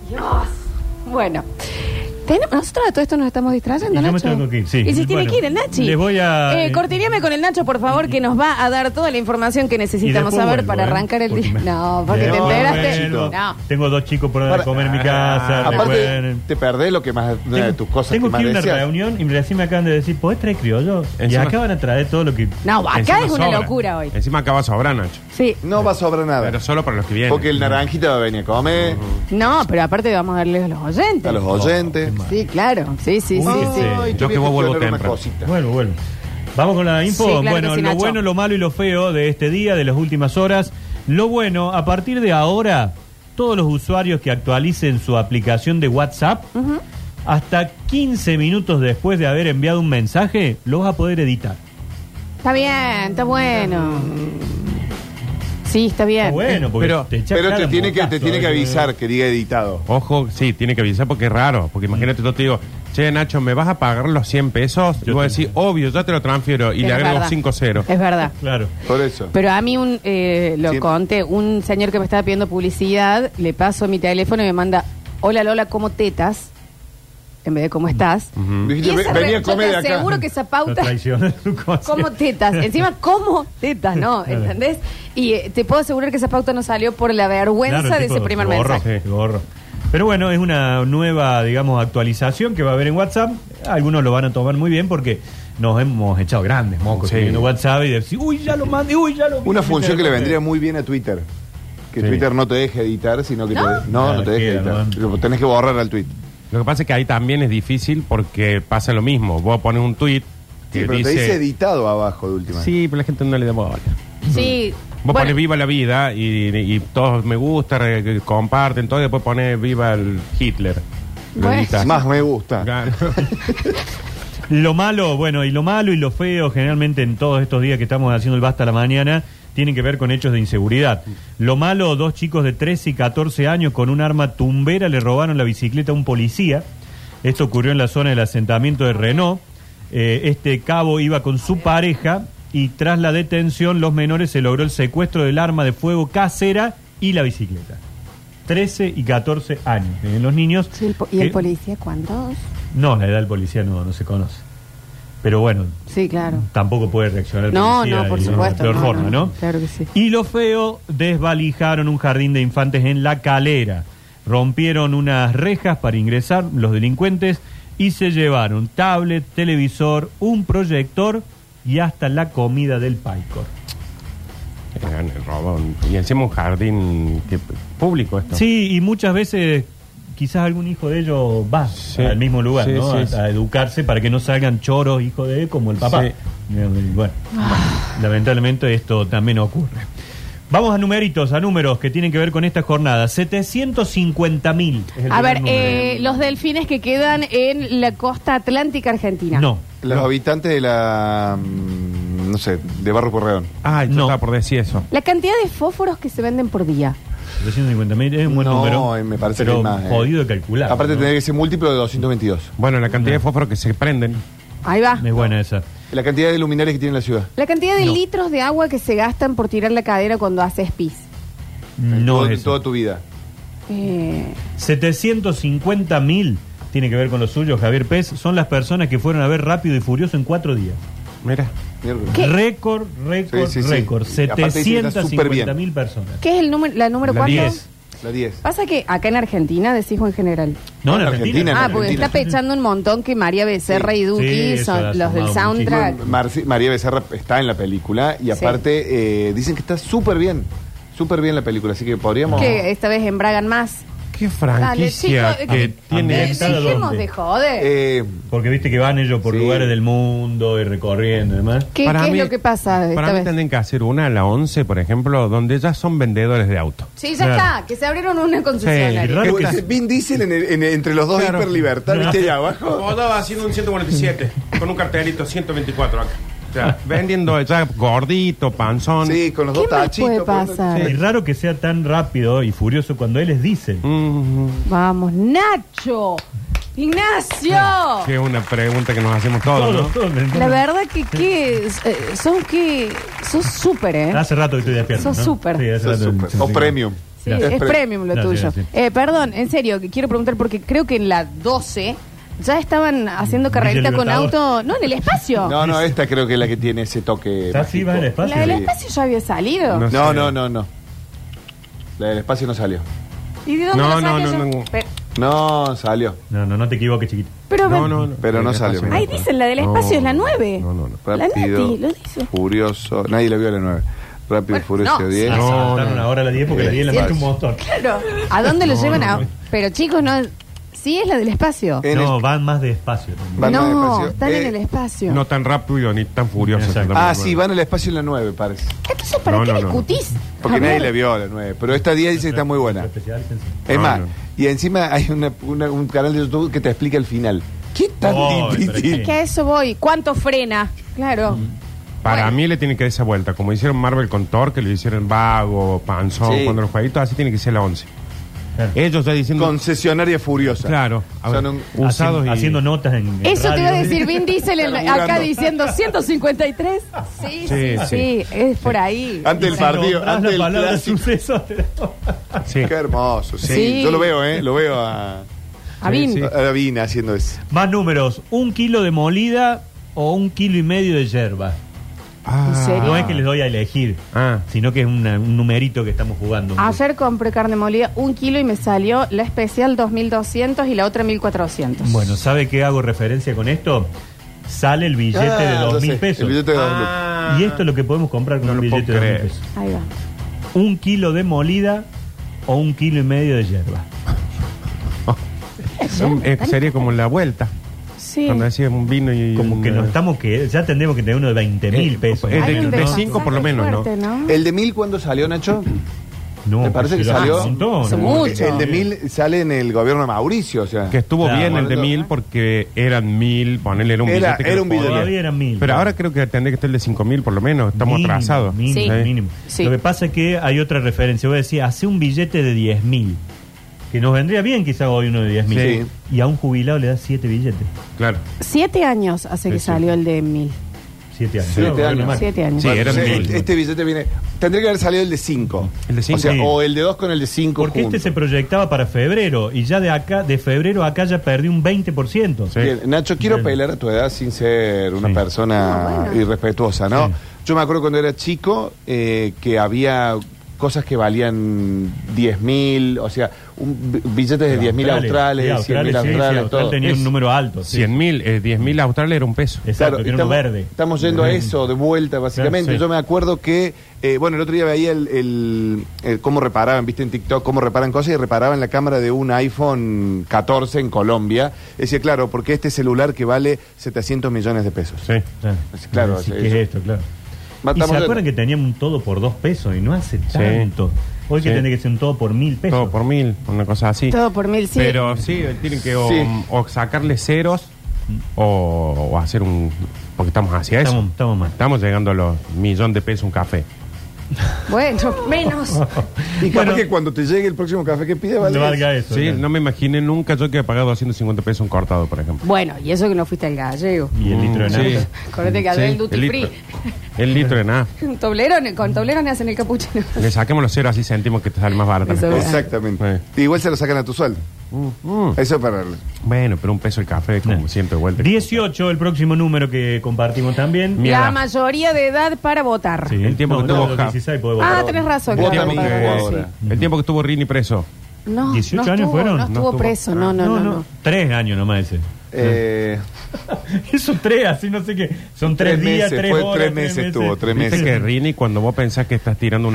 S2: Dios. Bueno. Ten- Nosotros a todo esto nos estamos distrayendo,
S4: Y yo me
S2: Nacho.
S4: tengo que ir, sí.
S2: Y si tiene
S4: Bueno,
S2: que ir el Nachi.
S4: les voy a-
S2: Eh, cortiríame con el Nacho, por favor, que nos va a dar toda la información que necesitamos
S4: Y después
S2: saber
S4: vuelvo,
S2: para
S4: ¿eh?
S2: arrancar el
S4: Porque
S2: día.
S4: me- Eh,
S2: No, porque
S5: No,
S2: te enteraste.
S4: vuelvo.
S2: No.
S4: Tengo dos chicos por
S5: Para-
S4: comer en mi
S3: Ah,
S4: casa.
S5: Aparte,
S4: recuerden.
S5: te perdés lo que más, una de tus cosas
S4: tengo
S5: que más
S4: que ir a una
S5: deseas.
S4: reunión y recién me acaban de decir, ¿podés traer criollo? Y
S3: Encima-
S4: acá van a traer todo lo que...
S2: No, acá
S3: Encima
S2: es una
S3: sobra.
S2: locura hoy.
S4: Eh.
S3: Encima acá va a sobrar, Nacho.
S2: Sí.
S5: No va a sobrar nada.
S3: Pero solo para los que vienen.
S5: Porque el naranjita va a venir a comer,
S2: No, pero aparte vamos a darle a los oyentes.
S5: a los Uh. oyentes.
S2: Sí, claro. Sí, sí, sí.
S4: Oh, Uy,
S2: sí.
S4: ese-
S5: Ay,
S3: Yo
S5: te
S3: que
S5: voy a
S3: vos vuelvo
S5: gestionar una
S3: temprano.
S5: cosita.
S4: Bueno, bueno. Vamos con la info.
S2: Sí, claro
S4: bueno,
S2: que sí,
S4: lo
S2: Nacho.
S4: bueno, lo malo y lo feo de este día, de las últimas horas. Lo bueno, a partir de ahora, todos los usuarios que actualicen su aplicación de WhatsApp, hasta 15 minutos después de haber enviado un mensaje, lo vas a poder editar.
S2: Está bien, está bueno. Sí, está bien.
S4: Está bueno, porque
S3: Pero-
S4: echa
S5: Pero te
S4: cada
S5: tiene, que, te
S4: motazo,
S5: tiene que
S4: ¿eh?
S5: avisar que diga editado.
S3: Ojo, sí, tiene que avisar porque es raro. Porque
S5: Mm.
S3: imagínate, yo te digo, che, Nacho, ¿me vas a pagar los 100 pesos? y
S4: Yo
S3: voy a
S4: te-
S3: decir, obvio, yo te lo transfiero. Y
S2: Es
S3: le agrego
S2: verdad.
S3: 5-0.
S2: Es verdad.
S4: Claro.
S5: Por eso.
S2: Pero a mí un, eh, lo
S5: Sí.
S2: conté, un señor que me estaba pidiendo publicidad, le paso mi teléfono y me manda, hola Lola, ¿cómo tetas? En vez de cómo estás.
S5: Dijiste,
S2: Y
S5: "Ve-
S2: esa
S5: venía a
S2: re- yo
S5: comer de
S2: te
S5: acá.
S2: aseguro que esa
S4: Lo
S2: pauta...
S4: traiciona su cosa.
S2: Como tetas, encima como tetas, ¿no?
S4: Claro.
S2: ¿Entendés? Y eh, te puedo asegurar que esa pauta no salió por la vergüenza
S4: Claro,
S2: de
S4: tipo,
S2: ese primer
S4: gorro,
S2: mensaje.
S4: sí, gorro. Pero bueno, es una nueva, digamos, actualización que va a haber en WhatsApp. Algunos lo van a tomar muy bien porque nos hemos echado grandes mocos
S3: Sí.
S4: en WhatsApp y decir, uy, ya lo mandé, uy, ya lo
S5: Una función que le vendría muy bien a Twitter. Que
S4: Sí.
S5: Twitter no te deje editar, sino que te... No,
S4: Claro,
S5: no te deje
S4: queda,
S5: editar.
S4: ¿no?
S5: Lo tenés que borrar al tweet.
S3: Lo que pasa es que ahí también es difícil porque pasa lo mismo. Vos pones un tweet
S5: Sí,
S3: que
S5: pero te dice
S3: dice...
S5: editado abajo de última.
S3: Sí, pero la gente no le da bola.
S2: Sí.
S3: Vos
S2: Bueno,
S3: pones viva la vida y, y todos me gusta, re- comparten, todo, y después pones viva el Hitler. Lo
S2: Bueno.
S3: editas.
S5: Más me gusta.
S3: Claro.
S4: Lo malo, bueno, y lo malo y lo feo generalmente en todos estos días que estamos haciendo el basta a la mañana tienen que ver con hechos de inseguridad. Lo malo, dos chicos de 13 y 14 años con un arma tumbera le robaron la bicicleta a un policía. Esto ocurrió en la zona del asentamiento de Renault. Eh, este cabo iba con su pareja y tras la detención los menores se logró el secuestro del arma de fuego casera y la bicicleta. 13 y 14 años. Eh, los niños...
S2: sí, el po- ¿Y el
S4: que-
S2: policía cuántos?
S4: no, la edad del policía no, no se conoce. Pero bueno,
S2: Sí, claro.
S4: tampoco puede reaccionar el
S2: No,
S4: policía
S2: no, por
S4: de la
S2: supuesto,
S4: peor
S2: no,
S4: forma,
S2: no,
S4: ¿no?
S2: claro que sí.
S4: Y lo feo, desvalijaron un jardín de infantes en La Calera. Rompieron unas rejas para ingresar los delincuentes y se llevaron tablet, televisor, un proyector y hasta la comida del Paicor.
S3: Eran el robón. Y encima un jardín que- público esto.
S4: Sí, y muchas veces quizás algún hijo de ellos va
S3: Sí.
S4: al mismo lugar,
S3: Sí,
S4: ¿no?
S3: sí,
S4: a,
S3: sí.
S4: a educarse para que no salgan choros, hijo de, como el papá.
S3: Sí.
S4: Y Bueno,
S5: Ah.
S4: lamentablemente esto también ocurre. Vamos a numeritos, a números que tienen que ver con esta jornada. 750 mil.
S2: A ver, eh, los delfines que quedan en la costa atlántica argentina.
S4: No.
S5: Los habitantes de la... mm, No sé, de Barro Corredón.
S3: Ay, Ah, yo
S4: No.
S3: estaba por decir eso.
S2: La cantidad de fósforos que se venden por día.
S4: 750 mil es un buen
S5: No,
S4: número.
S5: eh, me parece
S4: pero
S5: que es más, eh.
S4: jodido de calcular.
S5: Aparte
S4: ¿no?
S5: tenés que ser múltiplo de 222.
S3: Bueno, la cantidad de fósforos que se prenden.
S2: Ahí va.
S4: Es buena esa.
S5: La cantidad de luminarias que tiene la ciudad.
S2: La cantidad de
S4: No.
S2: litros de agua que se gastan por tirar la cadera cuando haces pis.
S4: No
S5: Todo-
S4: es esa.
S5: Toda tu vida.
S2: Eh,
S4: 750 mil tiene que ver con lo suyo, Javier Pez. Son las personas que fueron a ver Rápido y Furioso en cuatro días.
S3: Mira.
S5: Miércoles.
S2: ¿Qué?
S4: Récord, récord,
S5: Sí, sí, sí.
S4: récord.
S5: Y aparte dice que está súper
S4: 750
S5: bien.
S4: mil personas.
S2: ¿Qué es el número, la número
S4: La
S2: 4?
S4: 10.
S5: La 10.
S2: Pasa que acá en Argentina decís o en general.
S4: No, en
S5: En
S4: Argentina.
S5: Argentina, en
S2: ah, porque
S5: Argentina.
S2: está pechando un montón que María Becerra y Duki
S4: Sí, eso
S2: son
S4: ha
S2: los del
S4: sumado
S2: soundtrack.
S5: Bueno, Marci- María Becerra está en la película y aparte eh, dicen que está súper bien. Súper bien la película, así que podríamos...
S2: Que esta vez embragan más.
S3: qué
S2: Dale,
S3: franquicia
S2: chicos,
S3: que
S2: eh,
S3: tiene
S2: eh,
S4: Ambientada
S3: éxito.
S2: dejemos
S4: dónde?
S2: de joder.
S5: Eh,
S4: Porque viste que van ellos por
S5: Sí.
S4: lugares del mundo y recorriendo y demás.
S2: ¿Qué,
S3: Para
S2: qué es
S3: mí-
S2: lo que pasa esta
S3: Para mí
S2: vez?
S3: tendrían que hacer una a la 11, por ejemplo, donde ya son vendedores de autos.
S2: Sí, ya
S4: Claro.
S2: está, que se abrieron una
S4: Sí,
S2: concesionaria.
S4: raro que
S5: eh, Vin Diesel en el- en- entre los dos
S3: Claro.
S5: hiperlibertad, ¿viste? Allá abajo.
S3: Rodaba haciendo un 147, con un cartelito 124 acá. O sea, vendiendo ya gordito, panzón.
S5: Sí, con los
S2: ¿Qué
S5: dos
S2: más
S5: tachitos.
S2: puede
S3: pues,
S5: poniendo-
S2: pasar?
S4: Y raro que sea tan rápido y furioso cuando él les dice.
S3: Mm,
S2: Vamos, Nacho. Ignacio.
S3: que es una pregunta que nos hacemos todos,
S4: Todo,
S3: ¿no?
S4: todo, ¿me entiendes?
S2: La verdad que, que eh, son que sos súper, ¿eh?
S4: Hace rato que estoy despierto.
S2: Sos
S4: ¿no?
S2: súper.
S4: Sí, hace
S5: Eso es
S4: rato-
S5: súper.
S4: sí,
S5: O
S4: sí.
S5: premium.
S2: Sí,
S4: Gracias.
S2: es
S5: pre-
S2: premium lo tuyo.
S4: Gracias, sí.
S2: Eh, perdón, en serio, que quiero preguntar porque creo que en la 12 ya estaban haciendo carrerita
S4: Villa
S2: con
S4: Libertador.
S2: auto. No, en el espacio.
S5: No, no, esta creo que es la que tiene ese toque.
S4: ¿Está así?
S5: mágico.
S4: ¿Va al espacio?
S2: la del
S5: sí.
S2: espacio ya había salido.
S3: No.
S5: No, no, no, no. La del espacio no salió.
S2: ¿Y de dónde
S3: No,
S2: lo
S3: no,
S2: saqué
S3: no,
S2: yo?
S3: no.
S2: Pero,
S5: No, salió.
S4: No, no, no te equivoques, chiquito.
S2: pero
S3: No,
S2: ve-
S3: no, no.
S5: Pero no salió.
S2: Ahí dicen la del espacio, es la nueve.
S3: No, no, no.
S2: La
S5: Rápido.
S2: Nati, lo dice.
S5: Furioso. Nadie lo vio a la 9. Rápido,
S2: Bueno,
S5: furioso
S2: no.
S5: 10.
S4: Ah,
S3: No,
S4: saltaron
S3: no.
S4: ahora a las 10 porque a las 10 la
S5: Sí.
S4: mete un montón.
S2: Claro. ¿A dónde lo llevan? a- Pero chicos, no. Sí, es la del espacio.
S5: En
S4: No,
S5: el-
S4: van más despacio.
S5: van al
S2: no,
S5: espacio.
S2: están en
S5: Eh,
S2: el espacio.
S3: No tan rápido ni tan furioso.
S4: Exacto.
S5: Ah, sí, van al espacio en la 9, parece.
S2: Entonces, ¿para
S3: No,
S2: qué
S3: no, no.
S2: discutís?
S5: Porque
S2: Javier?
S5: nadie la vio a la 9. Pero esta 10 dice que está muy buena.
S4: Especial, sí, sí.
S5: Es
S3: No,
S5: más,
S3: no.
S5: y encima hay una- una- un canal de YouTube que te explica el final. ¿Qué tan
S4: Oh,
S5: difícil?
S2: Es que a eso voy. ¿Cuánto frena? Claro.
S3: Mm, Para
S2: Bueno.
S3: mí le tiene que dar esa vuelta. Como hicieron Marvel con Thor, que lo hicieron vago, panzón,
S5: Sí.
S3: cuando los jueguitos, así tiene que ser la 11.
S4: Claro.
S3: Ellos ya diciendo.
S5: Concesionaria furiosa.
S3: Claro, a ver,
S5: Son un-
S3: usados
S4: Haci-
S3: y-
S4: haciendo notas en. en
S2: Eso te
S4: radio.
S2: iba a decir Vin Diesel en- acá diciendo 153. Sí, sí, sí,
S3: Sí,
S2: es por ahí.
S5: Antes del
S4: Si
S5: partido,
S4: nombrás
S5: antes
S4: la
S5: del
S4: palabra
S5: clásico.
S4: suceso. te la-
S3: Sí.
S5: Qué hermoso, sí.
S2: Sí.
S5: Yo lo veo, ¿eh? Lo veo a,
S2: A Vin.
S3: Sí.
S5: a la Vina haciendo eso.
S4: Más números: un kilo de molida o un kilo y medio de yerba.
S3: Ah,
S2: ¿En serio?
S4: No es que les doy a elegir,
S3: Ah.
S4: sino que es una- un numerito que estamos jugando.
S2: Ayer compré carne molida un kilo y me salió la especial 2200 y la otra 1400.
S4: Bueno, ¿sabe qué hago referencia con esto? Sale el billete de
S5: Ah,
S4: dos
S5: lo
S4: mil
S5: sé,
S4: pesos.
S5: El billete de dos mil.
S3: Ah.
S4: Y esto es lo que podemos comprar con
S3: No
S4: un
S3: lo
S4: billete de
S3: puedo
S4: dos mil
S3: creer.
S4: pesos.
S2: Ahí va.
S4: Un kilo de molida o un kilo y medio de yerba.
S3: Son- eh, sería como la vuelta.
S2: Sí.
S3: Cuando decía un eh, vino y.
S4: Como que
S3: una-
S4: nos estamos que ya tendríamos que tener uno de 20 mil
S3: Eh,
S4: pesos.
S3: es
S4: más
S3: de-
S4: o menos,
S3: de
S4: ¿no?
S3: cinco por lo menos, ¿no?
S5: ¿El de mil cuándo salió, Nacho?
S4: No,
S5: Me parece
S4: pues
S5: que
S4: lo hace
S5: salió-
S4: un montón,
S2: Hace
S4: ¿no?
S2: mucho.
S5: El de mil sale en el gobierno de Mauricio, o sea.
S3: Que estuvo
S4: Claro,
S3: bien el de
S5: bueno,
S3: mil porque eran mil, ponele, era un
S5: Era-
S3: billete. que
S5: era
S3: no
S5: un
S3: podía.
S5: billete.
S4: Todavía eran mil.
S3: Pero ahora creo que tendría que estar el de cinco mil por lo menos. Estamos
S4: Mínimo,
S3: atrasados.
S4: Mínimo,
S2: Sí.
S4: mínimo.
S2: Sí.
S4: Lo que pasa es que hay otra referencia. Voy a decir, hace un billete de 10 mil. Que nos vendría bien quizá hoy uno de 10 mil.
S5: Sí.
S4: Y a un jubilado le da 7 billetes.
S3: Claro.
S2: Siete años hace que
S3: Sí, sí.
S2: salió el de mil.
S4: 7 años.
S5: Siete
S4: bueno,
S5: años.
S4: mal.
S2: Siete años.
S3: Sí,
S5: Bueno,
S3: eran
S5: o sea,
S3: mil.
S5: este, este billete viene. Tendría que haber salido el de cinco.
S3: El de cinco.
S5: O sea,
S4: Sí.
S5: o el de dos con el de cinco.
S4: Porque este
S5: juntos.
S4: se proyectaba para febrero. Y ya de acá, de febrero acá ya perdí un 20%.
S3: Sí.
S5: Bien, Nacho, quiero
S4: Bien.
S5: pelear a tu edad sin ser una
S4: Sí.
S5: persona
S2: No, bueno.
S5: irrespetuosa, ¿no?
S4: Sí.
S5: Yo me acuerdo cuando era chico eh, que había cosas que valían 10 mil, o sea, un, bi- billetes de 10 mil
S4: Sí,
S5: australes, 100 mil
S4: sí, sí,
S5: australes,
S4: Austral
S5: todo.
S4: tenía
S5: Es-
S4: un número alto. sí. Eh,
S3: Cien mil, eh, diez mil australes era un peso.
S4: Exacto, que era uno
S5: estamos,
S4: verde.
S5: estamos yendo a eso de vuelta, básicamente.
S4: Claro, sí.
S5: Yo me acuerdo que, eh, bueno, el otro día veía el, el- el cómo reparaban, viste en TikTok, cómo reparan cosas y reparaban la cámara de un iPhone 14 en Colombia. Decía, claro, porque este celular que vale 700 millones de pesos.
S3: Sí.
S4: Claro,
S5: Claro,
S4: Así
S5: sí,
S4: que es
S5: eso.
S4: esto, claro.
S5: Ma-
S4: ¿Y se
S5: estamos yendo.
S4: acuerdan que tenían un todo por dos pesos y no hace tanto? Hoy que
S3: Sí.
S4: tiene que ser un todo por mil pesos.
S3: Todo por mil, una cosa así.
S2: Todo por mil, sí.
S3: Pero sí, tienen que o,
S5: Sí.
S3: o sacarle ceros o, o hacer un... Porque estamos hacia eso.
S4: Estamos, estamos mal.
S3: Estamos llegando a los millones de pesos un café.
S2: Bueno, menos.
S5: Y capaz
S4: Bueno.
S5: que cuando te llegue el próximo café que pide, vale.
S4: No valga eso.
S3: Sí,
S4: claro.
S3: no me imaginé nunca yo que he pagado 250 pesos un cortado, por ejemplo.
S2: Bueno, y eso que no fuiste al gallego.
S4: Y el litro de
S3: Mm,
S4: nafta.
S3: sí.
S2: Acuérdate que hablé
S3: Sí,
S2: del duty
S3: el
S2: free.
S3: litro- El litro de nada.
S2: Un Toblerone, con toblerones hacen el capuchino.
S3: Le saquemos los ceros, así sentimos que te sale más barato.
S2: Eso.
S5: Exactamente. Igual se lo sacan a tu sueldo.
S3: Mm, mm.
S5: Eso es para.
S3: Bueno, pero un peso el café, como
S4: No.
S3: siempre, vuelta.
S4: 18, el próximo número que compartimos también.
S3: Mi
S2: La
S3: edad.
S2: mayoría de edad para votar.
S4: Sí,
S3: El tiempo que
S4: no,
S3: tuvo
S4: no,
S3: Ja-
S4: 16 podés
S2: Ah,
S4: votar.
S2: tenés razón.
S3: El
S5: Vos
S2: claro,
S3: tiempo,
S5: también
S2: para votar,
S5: que-
S2: sí.
S5: ahora.
S3: que, el tiempo que estuvo Rini preso.
S2: No,
S4: 18
S2: no
S4: años
S2: estuvo,
S4: fueron.
S2: No
S4: No
S2: estuvo
S3: estuvo.
S2: preso, no, no, no. no.
S4: Tres años nomás ese.
S5: Eh,
S4: Eso tres, así no sé qué. Son tres,
S5: Tres
S4: días,
S5: meses,
S4: tres
S5: fue
S4: horas.
S5: tres meses tuvo, tres
S4: Sí,
S3: Viste
S5: meses.
S4: sí.
S3: que Rini, cuando vos pensás que estás tirando un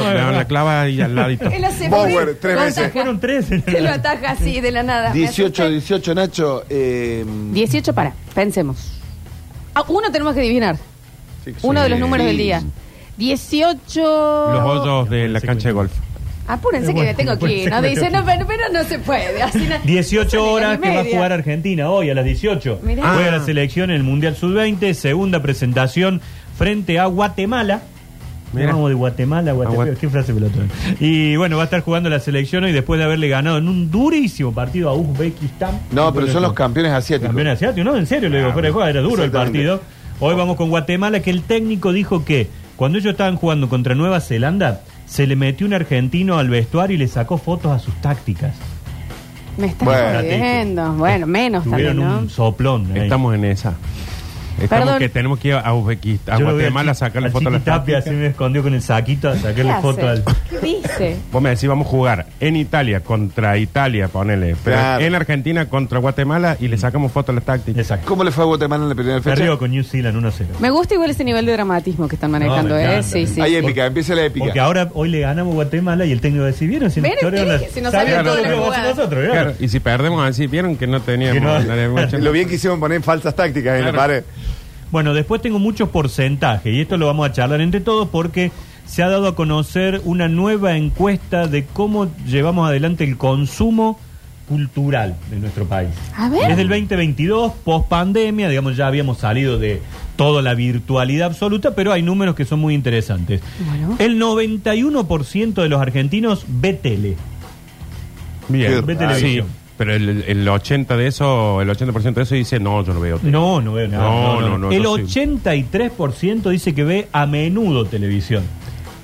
S4: No,
S3: le
S4: es
S3: dan
S4: verdad.
S3: la clava y al ladito.
S2: Él hace
S5: Bower,
S2: muy-
S5: tres
S2: lo
S5: veces.
S2: ataja.
S4: Fueron tres.
S2: Se lo ataja así, de la nada. Me
S5: 18,
S2: asusté.
S5: 18, Nacho. eh,
S2: 18 para, pensemos. Ah, uno tenemos que adivinar.
S5: sí,
S2: Uno de los
S5: sí.
S2: números del día. 18.
S3: Los hoyos de la cancha de golf.
S2: Apúrense que
S4: Bueno,
S2: me tengo que ir.
S4: bueno,
S2: No
S4: bueno.
S2: dice, no, pero, pero no se puede. Así no-
S4: 18 horas que va a jugar
S2: a
S4: Argentina hoy a las 18.
S2: Mirá.
S3: Ah.
S4: Juega la selección en el Mundial Sub-20, segunda presentación frente a Guatemala.
S3: Mirá.
S4: Vamos de Guatemala a Guatemala.
S3: Guat-
S4: Qué frase pelotona. Y bueno, va a estar jugando la selección hoy después de haberle ganado en un durísimo partido a Uzbekistán.
S5: No, pero son los campeones asiáticos.
S4: Campeón asiático, no, en serio, le
S3: Ah,
S4: digo, fuera de juego, era duro el
S5: Exactamente.
S4: partido. Hoy vamos con Guatemala, que el técnico dijo que cuando ellos estaban jugando contra Nueva Zelanda, se le metió un argentino al vestuario y le sacó fotos a sus tácticas.
S3: Ah,
S2: Me estás
S5: Bueno.
S2: jodiendo. Bueno, menos
S4: Tuvieron
S2: también, ¿no?
S4: un soplón. ¿eh? ahí.
S3: Estamos en esa. Estamos
S2: Perdón.
S3: que tenemos que ir a Uzbekistán, a
S4: Yo lo vi
S3: Guatemala a
S4: Chiqui-
S3: sacarle
S4: al
S3: fotos a las
S4: Chiqui Tapia,
S3: tácticas.
S4: así me escondió con el saquito a
S2: ¿Qué
S4: sacarle
S2: hace?
S4: foto al.
S2: ¿Qué dice?
S3: Vos me decís, vamos a jugar en Italia contra Italia, ponele. Pero
S5: Claro.
S3: en Argentina contra Guatemala y le sacamos fotos a las tácticas.
S4: Exacto.
S5: ¿Cómo le fue a Guatemala en la primera fecha?
S4: Perdió con New Zealand 1-0.
S2: Me gusta igual ese nivel de dramatismo que están manejando,
S4: No, me
S2: ¿eh?
S4: encanta.
S2: Sí, sí.
S5: Hay
S2: sí.
S5: épica, empieza la épica.
S4: Porque ahora hoy le ganamos a Guatemala y el técnico va a decir, ¿vieron? Si
S2: ¿Vieron?
S4: nos chorearon
S2: Te
S4: las-
S2: dije, si no sabían
S4: Sabían
S3: todas
S4: todo lo
S3: las
S4: que íbamos a hacer
S2: jugadas.
S4: nosotros, ¿vieron?
S3: Claro, y si perdemos así, vieron que no teníamos.
S4: Que no-
S3: la de-
S5: Lo bien que hicieron poner falsas tácticas en la
S3: Claro.
S5: pared.
S4: Bueno, después tengo muchos porcentajes y esto lo vamos a charlar entre todos porque se ha dado a conocer una nueva encuesta de cómo llevamos adelante el consumo cultural de nuestro país.
S2: A ver.
S4: Desde el 2022, post pandemia, digamos, ya habíamos salido de toda la virtualidad absoluta, pero hay números que son muy interesantes.
S2: Bueno.
S4: El 91% de los argentinos ve tele.
S3: Bien.
S4: Ve
S5: Ah,
S4: televisión.
S3: Sí, pero el, el 80 de eso, el 80% de eso dice, no, yo no veo. tele".
S4: No, no veo nada.
S3: No, no, no,
S4: El
S3: no, sí.
S4: 83% dice que ve a menudo televisión.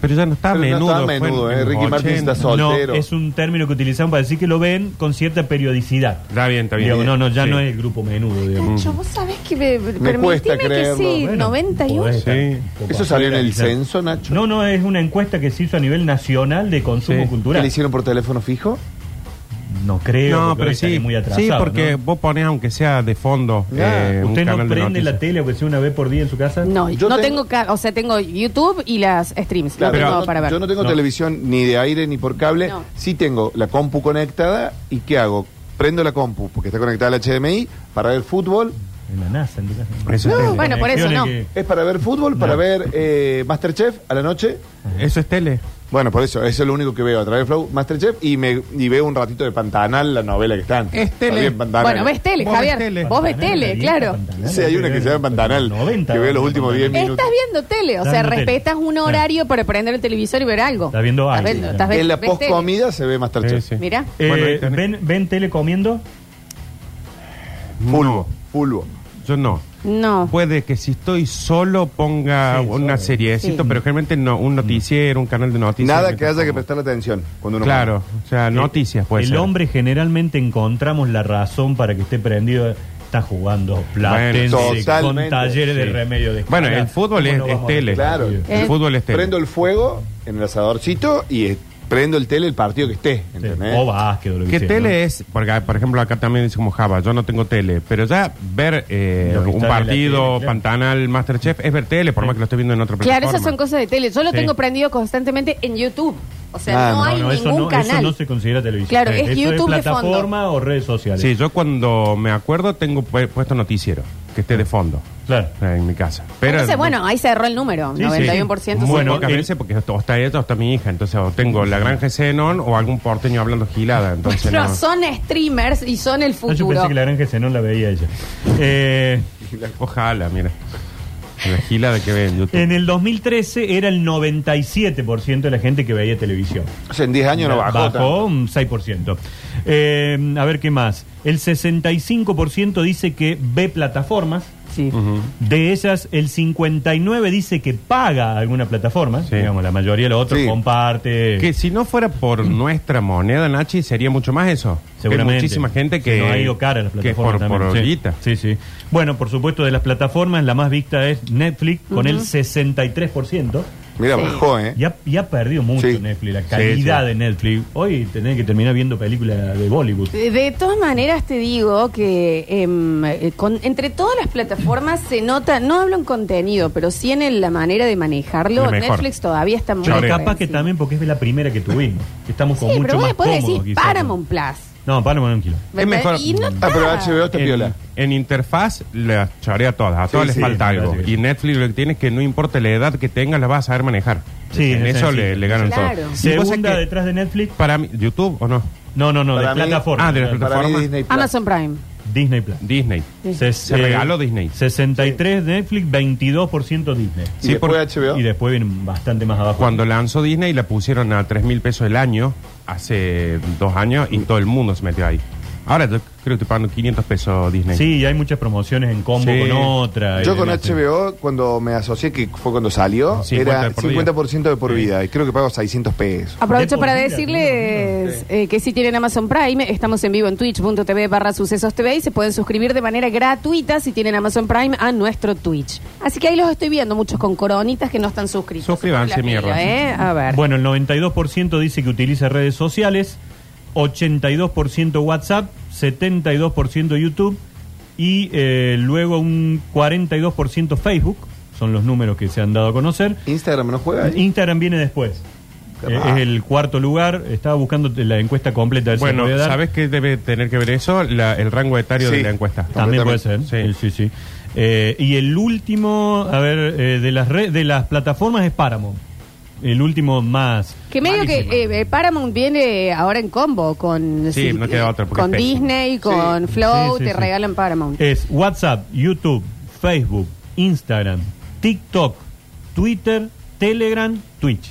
S3: Pero ya no está a
S5: Pero no
S3: menudo.
S5: está a
S3: fue en-
S5: menudo,
S3: en
S5: eh,
S3: los
S5: Ricky Martin
S3: 80.
S5: está solo. soltero.
S4: No, es un término que utilizamos para decir que lo ven con cierta periodicidad.
S3: Está bien, está bien.
S4: Digo, no, no, ya
S3: Sí.
S4: no es el grupo menudo. digo.
S2: Nacho, vos sabés que me, permitime
S5: cuesta
S2: que
S5: creerlo.
S2: sí,
S4: Bueno,
S2: 91.
S4: podés estar
S3: Sí.
S4: un poco
S5: ¿Eso salió en el
S4: afuera, quizás.
S5: censo, Nacho?
S4: No, no, es una encuesta que se hizo a nivel nacional de consumo
S3: Sí.
S5: ¿Qué le
S4: cultural.
S5: hicieron por teléfono fijo?
S4: No creo,
S3: No,
S4: porque
S3: pero
S4: hoy estaría
S3: sí.
S4: muy atrasado.
S3: sí, porque
S4: ¿no?
S3: vos ponés, aunque sea de fondo.
S5: Ya.
S3: eh, un
S4: ¿Usted no
S3: canal de
S4: prende la
S3: noticias.
S4: tele aunque sea una vez por día en su casa?
S2: No,
S5: Yo
S2: no tengo,
S5: tengo-
S2: ca- o sea, tengo YouTube y las streams.
S5: Claro,
S2: no tengo
S5: yo,
S2: para ver.
S5: yo no tengo
S4: No.
S5: televisión ni de aire ni por cable.
S2: No.
S5: Sí tengo la compu conectada y ¿qué hago? Prendo la compu porque está conectada al HDMI para ver fútbol.
S4: En la NASA, en tu casa.
S3: Eso,
S2: No,
S3: es tele.
S2: bueno, por eso no. Eh,
S4: Conexiones
S5: Es para ver fútbol, para
S4: No.
S5: ver eh, Masterchef a la noche.
S3: eso es tele.
S5: Bueno, por eso, eso es lo único que veo a través de Flow Masterchef y, me, y veo un ratito de Pantanal, la novela que están.
S3: Es tele.
S5: Está bien, Pantanal.
S2: Bueno, ves tele,
S3: Vos
S2: Javier.
S3: ves tele.
S2: Vos ves
S4: Pantanal,
S2: tele,
S4: la
S2: claro.
S4: dieta, Pantanal,
S5: Sí, hay una que se llama Pantanal,
S4: 90,
S5: que veo los últimos 10
S4: Pantanal.
S5: minutos.
S2: Estás viendo tele, o
S4: Estás
S2: sea,
S4: viendo tele.
S2: respetas un
S4: Claro.
S2: horario para prender el televisor y ver algo.
S4: Estás viendo algo,
S2: viendo-
S4: claro.
S2: estás ve-
S5: en la
S2: ves tele.
S5: postcomida se ve Masterchef.
S3: Sí, sí.
S2: Mirá.
S4: Eh,
S3: Bueno, ahí tenés.
S4: ¿ven, ¿Ven tele comiendo?
S5: Fulvo, fulvo.
S3: Yo no.
S2: No.
S3: Puede que si estoy solo ponga
S4: Sí,
S3: una
S4: solo.
S3: seriecito,
S2: Sí.
S3: pero generalmente no, un noticiero, un canal de noticias.
S5: Nada que haya que prestarle atención cuando uno
S3: Claro, o sea, noticias puede
S4: Eh, El
S3: ser.
S4: hombre generalmente encontramos la razón para que esté prendido. Está jugando Platense con
S5: totalmente.
S4: talleres de
S3: Sí.
S4: remedio de
S3: Bueno,
S4: escala.
S3: el
S4: ¿Cómo
S3: fútbol es-
S4: no
S3: es
S4: vamos a
S3: tele.
S4: tener?
S5: Claro.
S2: Eh.
S3: El fútbol es tele.
S5: Prendo el fuego en el asadorcito y eh, prendo el tele el partido que esté.
S4: Sí.
S5: ¿entendés?
S4: O básquet o lo que
S3: ¿Qué
S4: sea,
S3: tele
S4: ¿no?
S3: es? Porque, por ejemplo, acá también dice como Java, yo no tengo tele, pero ya ver eh,
S4: Lo que
S3: un
S4: está en la
S3: partido,
S4: tele, claro.
S3: Pantanal, Masterchef, es ver tele, por más que lo esté viendo en otra plataforma.
S2: Claro, esas son cosas de tele. Yo lo
S4: Sí.
S2: tengo prendido constantemente en YouTube. O sea,
S5: Ah,
S2: no,
S5: no,
S2: hay
S4: No, no, eso,
S2: ningún
S4: no, eso
S2: canal.
S4: no se considera televisión.
S2: Claro,
S4: Sí.
S2: es
S4: Eso
S2: YouTube de fondo.
S4: plataforma o redes sociales.
S3: Sí, yo cuando me acuerdo tengo pu- puesto noticiero, que esté de fondo
S4: Claro. Ah,
S3: eh, en mi casa. Pero
S2: Entonces, bueno, ahí cerró el número.
S4: Sí, sí.
S2: 91% se
S3: Muy
S4: Bueno, eh,
S2: fue.
S3: pocas
S4: el-
S3: veces, porque o está ella o está mi hija. Entonces, o tengo la granja de Zenón o algún porteño hablando gilada. Entonces,
S2: Bueno,
S3: no.
S2: son streamers y son el
S4: Ah, yo
S2: futuro.
S4: pensé que la granja se no la veía ella. Eh,
S3: Ojalá, mira. La gilada que ve en YouTube.
S4: en el 2013 era el 97% de la gente que veía televisión.
S5: O sea, en 10 años no bajó. tanto.
S4: un 6%. Eh, a ver qué más. El 65% dice que ve plataformas.
S2: Sí.
S4: Mm. De esas, el 59 dice que paga alguna plataforma.
S3: Sí.
S4: Digamos, la mayoría de los otros
S5: Sí.
S4: comparte.
S3: Que si no fuera por nuestra moneda, Nachi, sería mucho más eso.
S4: Mm. Seguramente.
S3: Hay muchísima gente que.
S4: Se nos ha ido cara las
S3: que es
S4: plataformas
S3: por, por
S4: también, sí.
S3: horita.
S4: Sí. sí, Bueno, por supuesto, de las plataformas, la más vista es Netflix, con el 63%.
S5: Mira,
S2: Sí.
S5: bajó, ¿eh?
S4: Ya, ya ha perdido mucho
S5: Sí.
S4: Netflix, la
S3: Sí,
S4: calidad
S3: sí.
S4: de Netflix. Hoy tenés que terminar viendo películas de Bollywood.
S2: De, de todas maneras te digo que em, eh, con- entre todas las plataformas se nota, no hablo en contenido, pero sí en el- la manera de manejarlo.
S3: Es mejor.
S2: Netflix todavía está muy
S4: Pero
S3: Ahora-
S2: por
S4: capaz que
S2: encima.
S4: también porque es la primera que tuvimos. Estamos
S2: Sí,
S4: con mucho
S2: pero vos
S4: más
S2: después
S4: cómodos.
S2: decís
S4: quizás.
S2: Paramount Plus.
S4: No, Paramount un kilo.
S2: ¿verdad?
S3: mejor-
S2: Y no
S5: Ah, pero
S2: está.
S5: HBO está
S3: En,
S5: piola.
S3: en interfaz las charea todas, a
S5: Sí,
S3: todas les
S5: sí,
S3: falta
S4: me
S3: algo.
S4: parece que
S3: Y
S4: sí.
S3: Netflix lo que tiene es que no importa la edad que tengas, la vas a saber manejar.
S4: Sí,
S3: en
S4: es
S3: eso
S4: sencillo.
S3: le, le ganan
S2: Claro.
S3: todo. Y vos sabés
S4: Segunda
S3: que
S4: detrás de Netflix.
S3: Para mí, ¿YouTube o no?
S4: No, no, no,
S5: Para
S4: de
S5: mí-
S4: plataforma.
S3: Ah, de la plataforma.
S5: Para mí Disney Plus.
S2: Amazon Prime.
S4: Disney Plus.
S3: Disney.
S4: Se, eh,
S3: Se regaló Disney.
S4: 63 Netflix, 22% Disney.
S5: Y
S3: Sí,
S5: después
S3: porque-
S5: HBO.
S4: Y después vienen bastante más abajo.
S3: Cuando lanzó Disney la pusieron a 3 mil pesos el año, hace dos años, y todo el mundo se metió ahí. Ahora yo creo que estoy pagando 500 pesos Disney.
S4: Sí, y hay muchas promociones en combo
S3: Sí.
S4: con otra. y
S5: Yo con
S4: demás, sí.
S5: HBO, cuando me asocié, que fue cuando salió,
S3: 50
S5: era
S3: de por vida.
S5: 50% de por vida. Y creo que pago 600 pesos.
S2: Aprovecho
S4: De
S2: para
S4: por vida,
S2: decirles eh, que si tienen Amazon Prime, estamos en vivo en twitch.tv barra sucesos TV y se pueden suscribir de manera gratuita si tienen Amazon Prime a nuestro Twitch. Así que ahí los estoy viendo muchos con coronitas que no están suscritos. La
S3: Suscríbanse,
S2: pila,
S3: mierda.
S2: ¿eh? A ver.
S4: Bueno, el 92% dice que utiliza redes sociales, 82% WhatsApp, 72% YouTube y eh, luego un 42% Facebook. Son los números que se han dado a conocer.
S5: Instagram no juega. ¿eh? ahí?
S4: Instagram viene después.
S5: Capaz.
S4: Eh, es el cuarto lugar. Estaba buscando la encuesta completa. a ver si
S3: Bueno,
S4: la voy a dar.
S3: ¿sabes qué debe tener que ver eso? La- el rango etario
S5: Sí.
S3: de la encuesta.
S4: También puede ser.
S5: Completamente.
S4: Sí,
S3: Sí.
S4: sí, sí. Eh, y el último, a ver, eh, de las red- de las plataformas es Paramount. El último más.
S2: Que medio
S4: malísimo.
S2: que eh, eh, Paramount viene ahora en combo con,
S3: Sí,
S2: si-
S3: no queda otra, porque
S2: con
S3: es pésimo.
S2: Disney, con
S5: Sí.
S2: Flow,
S4: Sí, sí,
S2: te
S4: sí. Eh,
S2: regalan Paramount.
S4: Es WhatsApp, YouTube, Facebook, Instagram, TikTok, Twitter, Telegram, Twitch.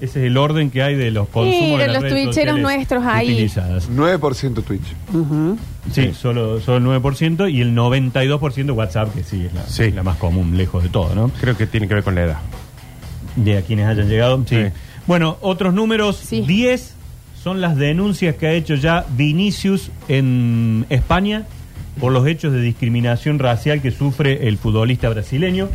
S4: Ese es el orden que hay de los consumos
S2: Mira,
S4: de las
S2: los
S4: redes
S2: twitcheros
S4: sociales
S2: nuestros ahí.
S4: utilizadas.
S5: 9% Twitch.
S2: Ujú.
S4: Sí, Solo, solo el 9% y el 92% WhatsApp, que sí es la,
S3: Sí.
S4: la más común, lejos de todo, ¿no?
S3: Creo que tiene que ver con la edad.
S4: De a quienes hayan llegado. Sí.
S3: Sí.
S4: Bueno, otros números.
S2: Sí.
S4: 10 son las denuncias que ha hecho ya Vinicius en España por los hechos de discriminación racial que sufre el futbolista brasileño.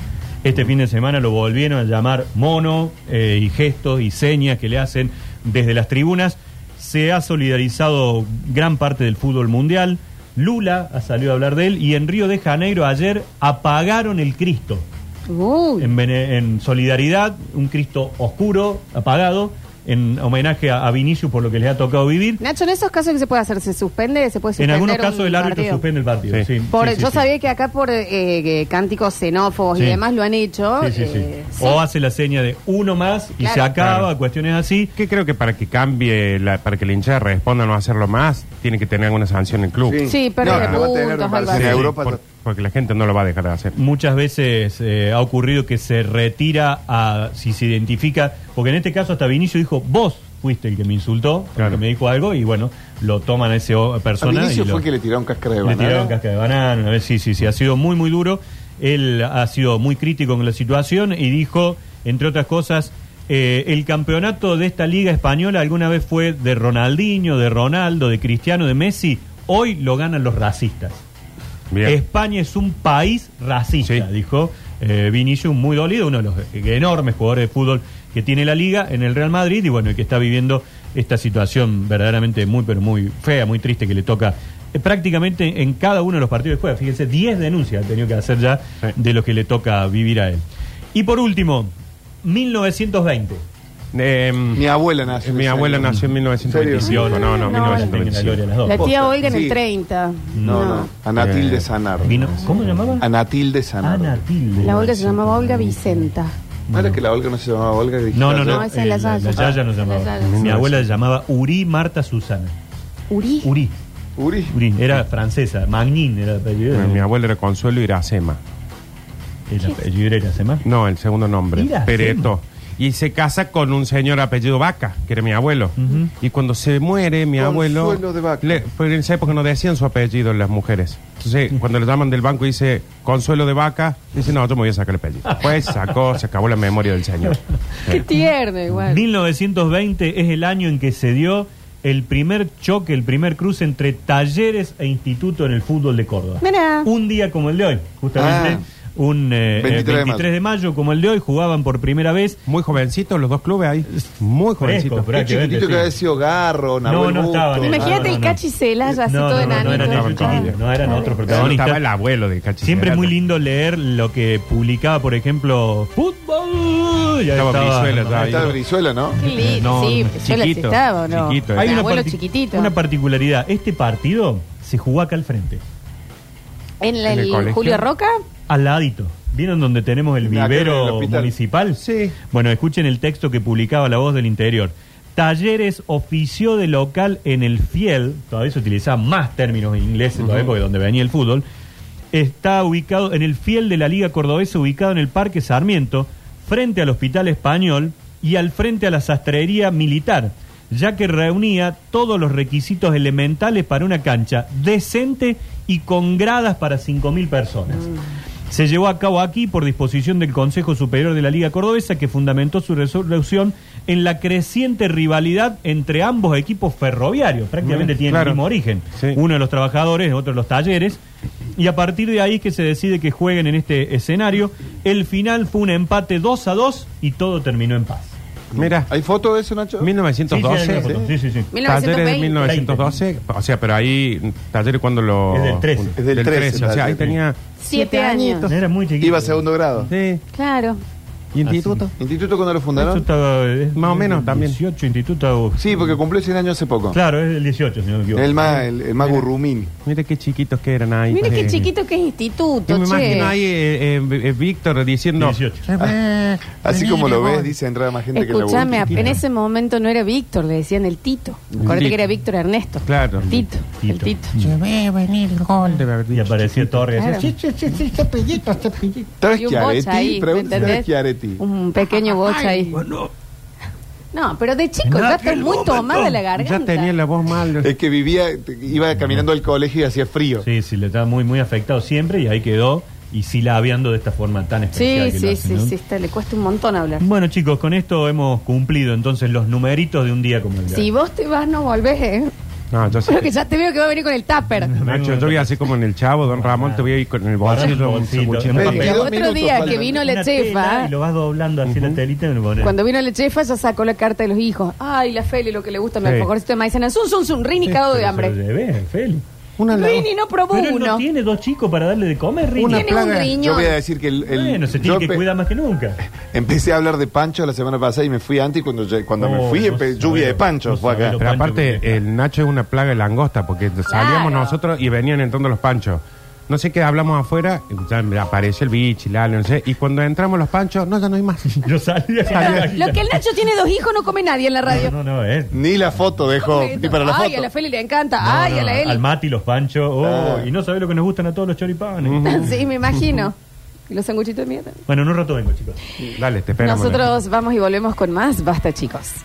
S4: Este fin de semana lo volvieron a llamar mono eh, y gestos y señas que le hacen desde las tribunas. Se ha solidarizado gran parte del fútbol mundial. Lula ha salido a hablar de él y en Río de Janeiro ayer apagaron el Cristo
S2: Uy.
S4: en, bene- en solidaridad, un Cristo oscuro, apagado, en homenaje a, a Vinicius por lo que les ha tocado vivir.
S2: Nacho, en esos casos que se puede hacer, se suspende, se puede
S4: En
S2: suspender
S4: algunos
S2: un
S4: casos el árbitro
S2: partido?
S4: suspende el partido.
S3: Sí.
S4: sí,
S2: Por,
S4: sí, sí,
S2: yo
S4: sí.
S2: sabía que acá por eh, eh, cánticos xenófobos y
S4: Sí.
S2: demás lo han hecho.
S4: Sí, sí, sí.
S2: eh, sí.
S4: O hace la seña de uno más y
S2: Claro.
S4: se acaba,
S3: Claro.
S4: cuestiones así.
S3: Que creo que para que cambie, la, para que la hinchada responda no hacerlo más, tiene que tener alguna sanción el club.
S2: Sí, pero
S5: No,
S2: de
S5: no va a tener,
S2: puntos,
S5: me parece,
S2: algo
S5: en
S2: así.
S5: Europa.
S3: por- porque la gente no lo va a dejar de hacer.
S4: Muchas veces eh, ha ocurrido que se retira a si se identifica, porque en este caso hasta Vinicius dijo, vos fuiste el que me insultó,
S3: Claro.
S4: que me dijo algo y bueno, lo toman a ese o-
S5: Al
S4: persona.
S5: inicio
S4: y lo-
S5: fue que le tiraron cáscara de
S4: Le
S5: banana.
S4: tiraron casca de banana, una vez, sí, sí, sí, ha sido muy, muy duro. Él ha sido muy crítico con la situación y dijo, entre otras cosas, eh, el campeonato de esta liga española alguna vez fue de Ronaldinho, de Ronaldo, de Cristiano, de Messi, hoy lo ganan los racistas.
S3: Bien.
S4: España es un país racista,
S3: Sí.
S4: dijo eh, Vinicius, muy dolido, uno de los eh, enormes jugadores de fútbol que tiene la liga en el Real Madrid y bueno, y que está viviendo esta situación verdaderamente muy, pero muy fea, muy triste que le toca eh, prácticamente en cada uno de los partidos que juega. Fíjense, 10 denuncias ha tenido que hacer ya
S3: Sí.
S4: de lo que le toca vivir a él. Y por último, 1920.
S3: Eh,
S5: Mi abuela nació. en
S3: mi
S5: ese
S3: abuela
S5: año.
S3: nació en
S5: ¿En serio?
S3: 1925. No, no,
S2: No, no,
S4: Tengan la gloria
S3: 1925.
S4: las dos.
S2: La tía Olga en el
S5: Sí.
S2: 30.
S5: No, no. Anatilde Sanar.
S4: Eh, Vino- ¿Cómo se llamaba?
S5: Anatilde Sanar.
S4: Ana Tilde.
S2: La Olga se llamaba Olga Vicenta.
S5: ¿No era que la Olga no se llamaba Olga? que
S4: No, no, no.
S5: dijiste
S2: No,
S5: ayer?
S2: esa es la
S4: eh,
S2: Yaya.
S4: Yaya nos
S2: Ah,
S4: llamaba.
S2: la Yaya.
S4: Mi abuela se llamaba Uri Marta Susana.
S2: Uri.
S4: Uri.
S5: Uri.
S4: Uri. Era francesa. Magnin era el apellido.
S3: Mi abuelo era Consuelo Iracema.
S4: El apellido era Semar.
S3: No, el segundo nombre.
S4: Iracema.
S3: Pereto. Y se casa con un señor apellido Vaca, que era mi abuelo.
S4: Ujú.
S3: Y cuando se muere mi
S5: Consuelo
S3: abuelo...
S5: de Vaca.
S3: le- pero en esa época no decían su apellido las mujeres. Entonces, cuando le llaman del banco y dice Consuelo de Vaca, dice, no, yo me voy a sacar el apellido. Pues sacó, se acabó la memoria del señor.
S2: Qué tierno igual.
S4: 1920 es el año en que se dio el primer choque, el primer cruce entre talleres e instituto en el fútbol de Córdoba.
S2: Mirá.
S4: Un día como el de hoy, justamente.
S5: Ah.
S4: un eh, eh,
S5: 23 de
S4: 23,
S5: mayo.
S4: de mayo como el de hoy, jugaban por primera vez.
S3: Muy jovencitos los dos clubes ahí. Muy jovencitos.
S4: pero hay que ver
S5: Chiquitito
S4: sí.
S5: que había sido Garro,
S4: No,
S5: Nahuel
S4: no
S5: Busto.
S4: estaban, eh.
S2: Imagínate
S4: No, no,
S2: el
S4: no.
S2: Cachi Celaya así
S4: No,
S2: todo
S4: no, no, no
S2: enanito.
S4: eran ellos
S2: Ah.
S4: chiquillos, no eran otros
S3: Pero Estaba
S4: protagonistas.
S3: el abuelo de Cachicerato.
S4: Siempre es muy lindo leer lo que publicaba, por ejemplo, fútbol. y ahí
S3: Estaba Brizuela,
S4: ¿no?
S3: estaba
S5: Ahí Estaba Brizuela, ¿no?
S2: Qué lindo,
S3: No,
S2: sí, yo la
S3: chiquito,
S2: estaba, ¿o no?
S3: chiquito,
S2: Mi
S3: eh. Hay
S4: una
S2: abuelo
S4: parti-
S2: chiquitito.
S4: Una particularidad. Este partido se jugó acá al frente,
S2: en la-
S3: en el
S2: el
S3: colegio.
S2: Julio Roca,
S4: al ladito. ¿Vieron donde tenemos el
S5: Acá en el
S4: vivero
S5: hospital.
S4: municipal?
S3: Sí.
S4: Bueno, escuchen el texto que publicaba La Voz del Interior. Talleres ofició de local en el Fiel, todavía se utilizaban más términos ingleses todavía porque donde venía el fútbol, está ubicado en el Fiel de la Liga Cordobesa, ubicado en el Parque Sarmiento, frente al Hospital Español y al frente a la sastrería militar, ya que reunía todos los requisitos elementales para una cancha decente y con gradas para 5.000 personas. Se llevó a cabo aquí por disposición del Consejo Superior de la Liga Cordobesa, que fundamentó su resolución en la creciente rivalidad entre ambos equipos ferroviarios. Prácticamente
S3: Mm,
S4: tienen
S3: claro.
S4: el mismo origen.
S3: Sí.
S4: Uno de los trabajadores, otro de los talleres. Y a partir de ahí es que se decide que jueguen en este escenario. El final fue un empate 2 a 2 y todo terminó en paz.
S3: Mira,
S5: ¿Hay foto de eso,
S4: Sí,
S5: Nacho?
S4: sí,
S3: 1912.
S4: hay una foto. Sí, sí, sí.
S3: Talleres de
S2: 1920.
S3: 1912, o sea, pero ahí, Talleres cuando lo...
S4: Es del 13.
S5: Es del 13,
S3: o sea,
S5: Talleres. Ah.
S3: ahí tenía...
S2: Siete años.
S4: Era muy chiquito.
S5: Iba a segundo grado.
S3: Sí,
S2: Claro.
S3: y instituto.
S5: ¿Instituto cuando lo
S4: Eso
S5: fundaron?
S4: estaba, eh,
S3: Más o menos también.
S4: 18, instituto.
S5: Sí, porque cumplió 100 años hace poco.
S4: Claro, es el 18, si no me equivoco.
S5: El más, el, el más gurrumín.
S3: Mira qué chiquitos que eran ahí.
S2: Mire qué
S3: Sí.
S2: chiquito que es instituto,
S3: Yo me
S2: che.
S3: imagino ahí eh, eh, eh, Víctor diciendo...
S4: 18.
S5: Ah, Así como lo ves, dice entrar más gente
S2: Escuchame,
S5: que la
S2: en ese momento no era Víctor, le decían el Tito. Acuérdate
S3: Tito.
S2: que era Víctor Ernesto.
S3: Claro.
S2: Tito. El
S4: Tito.
S2: Tito.
S6: Se ve venir el gol.
S3: Debe haber
S4: Y
S3: dicho.
S4: aparecía Torres.
S2: Claro.
S6: Sí, sí, sí, sí, cepillito, cepillito.
S5: ¿Traes
S2: Y un bocha
S5: Chiaretti?
S2: ahí,
S5: Pregunta,
S2: ¿me
S5: ¿traes
S2: entendés?
S5: Chiaretti?
S2: Un pequeño bocha ahí. No, pero de chico ya está muy tomada la garganta.
S3: Ya tenía la voz mal.
S5: Es que vivía, te- iba caminando al colegio y hacía frío.
S4: Sí, sí, le estaba muy, muy afectado siempre y ahí quedó y sí labiando de esta forma tan
S2: Sí,
S4: especial. que lo
S2: sí,
S4: hace,
S2: sí,
S4: ¿no?
S2: sí, está, le cuesta un montón hablar.
S4: Bueno, chicos, con esto hemos cumplido entonces los numeritos de un día como el de
S2: Si
S4: hoy.
S2: vos te vas, no volvés, ¿eh?
S3: No, yo sé
S2: Creo que
S3: que-
S2: ya te veo que va a venir con el tupper.
S3: Nacho, yo voy así como en el chavo, don Ramón, te voy a ir con el
S4: Guardar el
S3: bolsillo. un
S4: bolsillo,
S3: sanguchito.
S4: en un
S2: El
S4: papel.
S5: Dos
S2: otro
S5: minutos
S2: día que
S5: faltan.
S2: vino la
S4: Una tela
S2: chefa,
S4: Y lo vas doblando así la telita y lo pones.
S2: cuando vino la chefa, ya sacó la carta de los hijos. Ay, la Feli, lo que le gusta, me
S3: Sí.
S2: alfajorcito de maicena. Sun, sun, sun, Rini, cagado de
S4: Pero se
S2: hambre.
S4: lo llevé, Feli.
S3: Una la-
S2: Rini no probó
S4: Pero él no
S2: uno.
S4: tiene dos chicos para darle de comer, Rini.
S3: Una
S2: Tiene un
S3: plaga.
S5: Yo
S2: riñón.
S5: voy a decir que el, el-
S4: Bueno, se
S5: yo
S4: tiene que
S5: empe-
S4: cuidar más que nunca.
S5: empecé a hablar de Pancho la semana pasada y me fui antes y cuando, ya- cuando me
S4: Oh,
S5: fui,
S4: no
S5: empe-
S4: sabés
S5: lluvia
S4: lo-
S5: de Pancho
S4: no
S5: fue
S4: sabés
S5: acá.
S4: lo-
S3: Pero
S4: Pancho con
S3: aparte, el Nacho es una plaga de langosta, porque salíamos nosotros y venían entrando los panchos. No sé qué hablamos afuera, y ya me aparece el bichi, Lalo, no sé. Y cuando entramos los panchos, no, ya no hay más.
S4: Yo salía.
S2: Lo que el Nacho tiene dos hijos no come nadie en la radio.
S4: No, no, no, eh.
S5: Ni la foto dejó, ni para la
S2: Ay,
S5: foto.
S2: a la Feli le encanta.
S4: No,
S2: Ay,
S4: no,
S2: a la
S4: Al
S2: Eli.
S4: Mati, los panchos. Oh,
S5: Ah.
S4: Y no sabés lo que nos gustan a todos los choripanes.
S2: Sí, me imagino. Y los sanguchitos de mierda.
S4: Bueno, en un rato vengo, chicos.
S3: Dale, te esperamos.
S2: Nosotros vamos y volvemos con más. Basta, chicos.